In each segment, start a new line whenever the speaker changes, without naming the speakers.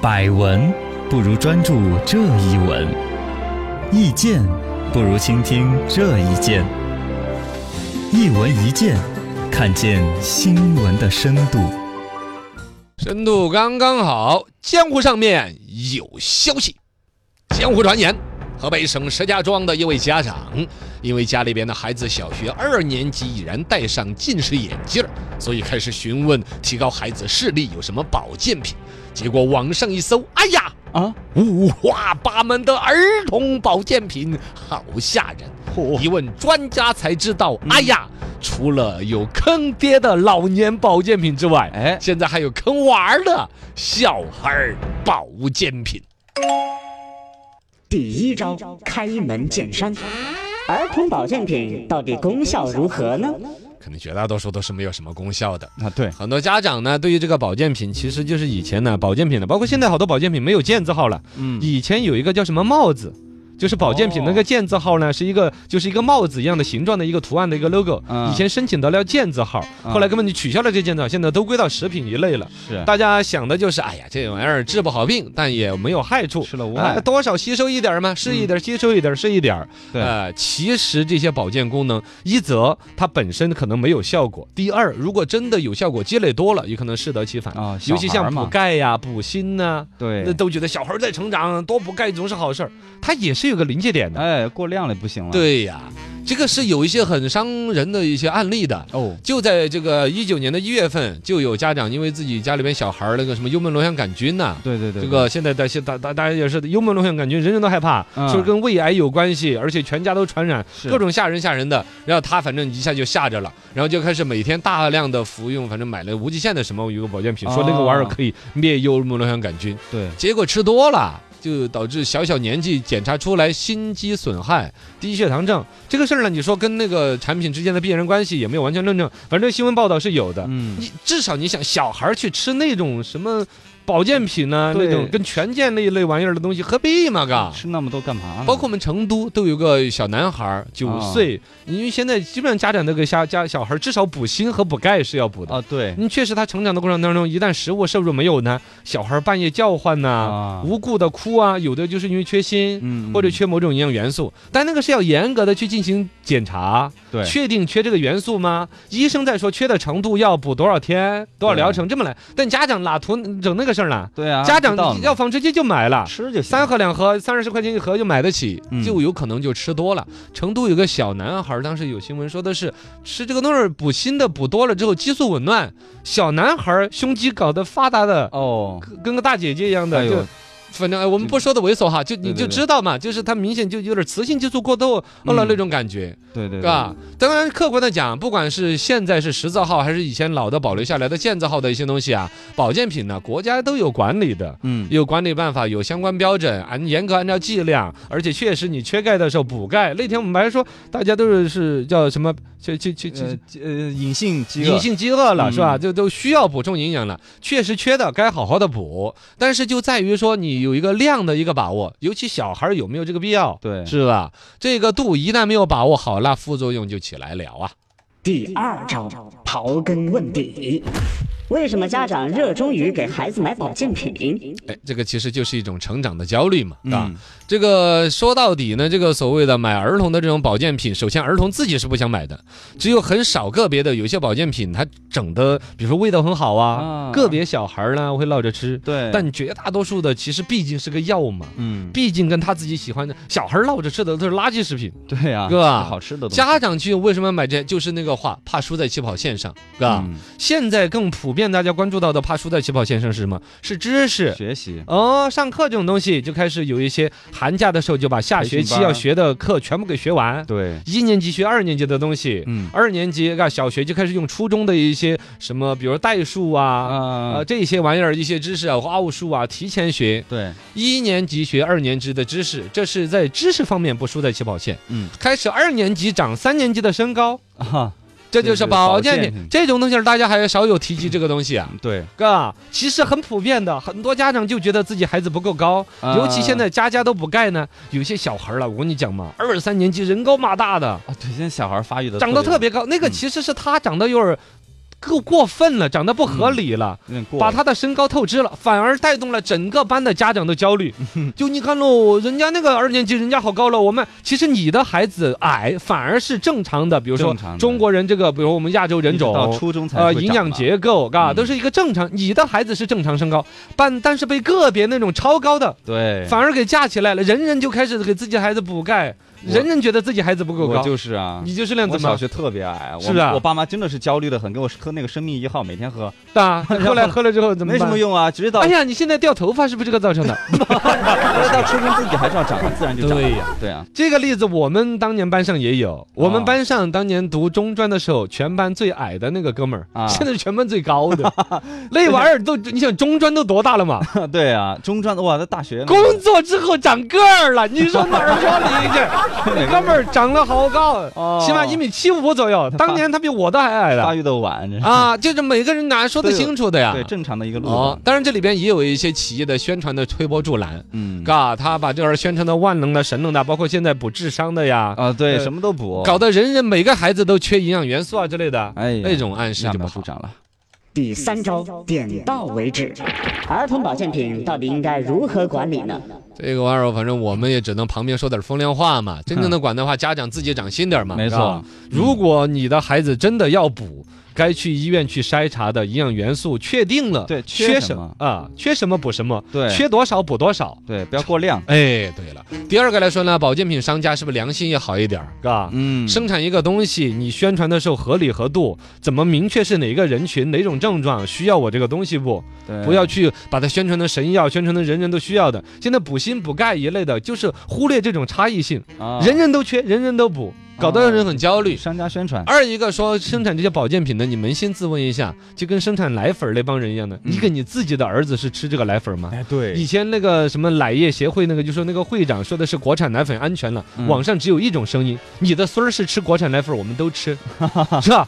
百闻不如专注这一闻，意见不如倾听这一见。一闻一见，看见新闻的深度。
深度刚刚好，江湖上面有消息，江湖传言，河北省石家庄的一位家长，因为家里边的孩子小学二年级已然戴上近视眼镜儿，所以开始询问提高孩子视力有什么保健品，结果网上一搜，哎呀！
啊，
五花八门的儿童保健品，好吓人！一问专家才知道，哎呀，除了有坑爹的老年保健品之外，
哎
现在还有坑娃儿的小孩儿保健品。
第一招开门见山，儿童保健品到底功效如何呢？
可能绝大多数都是没有什么功效的。
啊对，
很多家长呢，对于这个保健品，其实就是以前呢保健品的，包括现在好多保健品没有健字号了。
嗯
以前有一个叫什么帽子，就是保健品
哦
那个健字号呢，是一个就是一个帽子一样的形状的一个图案的一个 logo
嗯。
以前申请得了健字号，
嗯
后来根本就取消了这健字号，现在都归到食品一类了。
是
大家想的就是，哎呀，这玩意儿治不好病，但也没有害处，
吃了无
啊
害嗯
多少吸收一点儿嘛，是一点儿，吸收一点儿，是一点儿。
对
呃，其实这些保健功能，一则它本身可能没有效果，第二，如果真的有效果，积累多了，也可能适得其反。
啊，
尤其
小
像
孩儿
补
嘛，
钙呀、补锌呐、那
对，
都觉得小孩儿在成长，多补钙总是好事儿，它也是有个临界点的。
哎，过量了不行了，，
对呀，这个是有一些很伤人的一些案例的。
哦，
就在这个一九年的一月份，就有家长因为自己家里边小孩儿那个什么幽门螺旋杆菌呐、
对对对，
这个现在大现大大大家也是幽门螺旋杆菌，人人都害怕，
嗯
说跟胃癌有关系，而且全家都传染，
是
各种吓人吓人的。然后他反正一下就吓着了，然后就开始每天大量的服用，反正买了无极限的什么一个保健品，说那个玩意儿
哦
可以灭幽门螺旋杆菌，
对，
结果吃多了。就导致小小年纪检查出来心肌损害、低血糖症这个事儿呢，你说跟那个产品之间的必然关系也没有完全论证，反正新闻报道是有的。
嗯，
你至少你想小孩儿去吃那种什么保健品呢、
对
那种跟权健那一类玩意儿的东西，何必嘛？嘎。
吃那么多干嘛呢？
包括我们成都都有个小男孩儿，九
嗯啊
岁，因为现在基本上家长都给家家小孩儿至少补锌和补钙是要补的。嗯
啊，对，
你确实，他成长的过程当中，一旦食物摄入没有呢，小孩儿半夜叫唤呐、
啊，
无故的哭啊，有的就是因为缺锌。
嗯，
或者
嗯
缺某种营养元素，但那个是要严格的去进行检查，
对，
确定缺这个元素吗？医生在说缺的程度要补多少天、多少疗程这么来，但家长哪图整那个事儿呢？
对啊，
家
知道
长
嘛
药房直接就买了。
吃就行，
三盒两盒，三十块钱一盒就买得起，
嗯
就有可能就吃多了。成都有个小男孩儿，当时有新闻说的是吃这个东西儿补锌的补多了之后激素紊乱，小男孩儿胸肌搞得发达的，
哦，
跟跟个大姐姐一样的，
哎呦
就反正哎我们不说的猥琐哈，就你
对对
就
对
知道嘛，就是他明显就有点雌性激素过度了
嗯
那种感觉。
对对，对
啊，，当然客观的讲，不管是现在是十字号，还是以前老的保留下来的建字号的一些东西啊，保健品呢，国家都有管理的。
嗯，
有管理办法，有相关标准，按严格按照剂量，而且确实你缺钙的时候补钙。那天我们还说，大家都是是叫什么，去去去
呃
去
呃，隐性饥饿
隐性饥饿了是吧？
嗯
就都需要补充营养了，确实缺的该好好的补，但是就在于说你有一个量的一个把握，尤其小孩儿有没有这个必要？
对
是吧？这个度一旦没有把握好，那副作用就起来了啊！
第二招刨根问底，为什么家长热衷于给孩子买保健品？
哎，这个其实就是一种成长的焦虑嘛，啊、
嗯，
这个说到底呢，这个所谓的买儿童的这种保健品，首先儿童自己是不想买的，只有很少个别的有些保健品，它整的，比如说味道很好啊，
啊
个别小孩儿呢会闹着吃，
对，
但绝大多数的其实毕竟是个药嘛，
嗯，
毕竟跟他自己喜欢的小孩儿闹着吃的都是垃圾食品，
对啊，
哥啊
是好吃的东西，
家长去为什么买这？就是那个话，怕输在起跑线上，啊。
嗯
现在更普遍大家关注到的怕输在起跑线上是什么？是知识。
学习，
哦，上课这种东西就开始有一些寒假的时候就把下学期
培训班
要学的课全部给学完，
对，
一年级学二年级的东西，
嗯
二年级啊小学就开始用初中的一些什么，比如代数啊。
啊
呃，，这些玩意儿、一些知识啊、或奥数啊，提前学，
对，
一年级学二年级的知识，这是在知识方面不输在起跑线。
嗯，
开始二年级长三年级的身高，
啊，
这就是保健
这是保健
品
品。嗯
这种东西儿大家还少有提及这个东西啊。
对，
哥，其实很普遍的，很多家长就觉得自己孩子不够高，
啊
尤其现在家家都补钙呢。有些小孩儿了，我跟你讲嘛，二三年级人高马大的，
啊，对，现在小孩发育的
长得特别
别
高，那个
嗯
其实是他长得有点儿过过分了，长得不合理了。
有点嗯过
把
了。
他的身高透支了，反而带动了整个班的家长的焦 虑。就你看喽，人家那个二年级，人家好高了，我们其实你的孩子矮，反而是正常的。比如说
正常的
中国人这个，比如我们亚洲人
一直到
种。
初中才
呃，
会
营
长
养
吧
结构，嘎，
嗯
都是一个正常。你的孩子是正常身高，但但是被个别那种超高的
对，
反而给架起来了，人人就开始给自己孩子补钙，
我
人人觉得自己孩子不够
我
高。
就是啊。
你就是那样子
我小
吗？
学特别矮，我
是不是啊
我爸妈真的是焦虑的很，给我喝那个生命一号，每天喝，
啊，后来喝了之后怎么
没
办？
什么用啊，直接到
哎呀，你现在掉头发是不是这个造成 的？
直接到初中自己还是要长，自然就长。
对呀
对啊，
这个例子我们当年班上也有，我们班上当年读中专的时候，全班最矮的那个哥们儿，
啊
现在是全班最高 的，那玩意儿都，你想中专都多大了嘛？
对啊，中专哇，在大学 那
工作之后长个儿了，你说哪儿说理去？ 那哥们儿长得好高，
哦
起码一米七五左 右，当年他比我都还矮
发
了
育的晚， 真是
啊！就是每个人哪说得清楚的呀
对？正常的一个路
哦
上，，
当然这里边也有一些企业的宣传的推波助澜，
嗯
嘎，他把这玩意儿宣传的万能的、神能的，包括现在补智商的呀，
啊，对，
呃
什么都补，
搞得人人每个孩子都缺营养元素啊之类的，
哎呀
那种暗示
揠
就不
苗
好
助。长了。
第三招，点到为止。儿童保健品到底应该如何管理呢？
这个玩意儿，反正我们也只能旁边说点风凉话嘛。真正的管的话，家长自己长心点嘛。
嗯没
是吧
错，嗯
如果你的孩子真的要补，该去医院去筛查的营养元素确定了，
对缺
缺
什
什么
么
啊？缺什么补什么，
对
缺多少补多少。
对，不要过量。
哎，对了，第二个来说呢，保健品商家是不是良心也好一点儿，嘎？
嗯，
生产一个东西，你宣传的时候合理合度，怎么明确是哪个人群、哪种症状需要我这个东西不？
对
不要去把它宣传的神药，宣传的人人都需要的。现在补锌补钙一类的，就是忽略这种差异性，
啊
人人都缺，人人都补，搞得让人很焦虑。
商家宣传，
二一个说生产这些保健品的，你扪心自问一下，就跟生产奶粉儿那帮人一样的，你给你自己的儿子是吃这个奶粉儿吗？
哎，
以
对，
前那个什么奶业协会那个，就说那个会长说的是国产奶粉安全了，
嗯
网上只有一种声音，你的孙儿是吃国产奶粉，我们都 吃，是吧？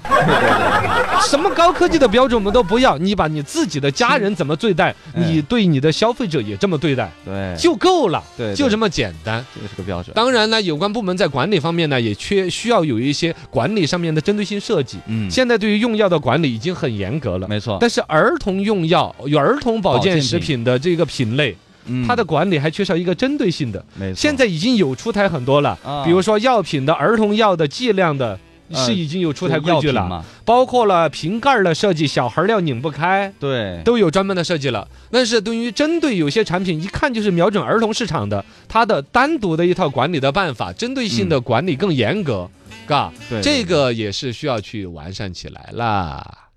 什么高科技的标准我们都不要，你把你自己的家人怎么对待，
嗯
你对你的消费者也这么对待
对，
就够了，
哎对对
就这么简单。
这个是个标准。
当然呢，有关部门在管理方面呢，也缺需要有一些管理上面的针对性设计。
嗯，
现在对于用药的管理已经很严格了。
没错，
但是儿童用药、有儿童保健食品的这个品类，
嗯
它的管理还缺少一个针对性的。
没错
现在已经有出台很多了，
啊
比如说药品的儿童药的剂量的。
呃
是已经有出台
就
规
药
矩
品
了，
嘛，
包括了瓶盖儿的设计，小孩儿要拧不开，
对，
都有专门的设计了。但是对于针对有些产品，一看就是瞄准儿童市场的，它的单独的一套管理的办法，针对性的管理更严格，嘎，
嗯对
这个也是需要去完善起来啦。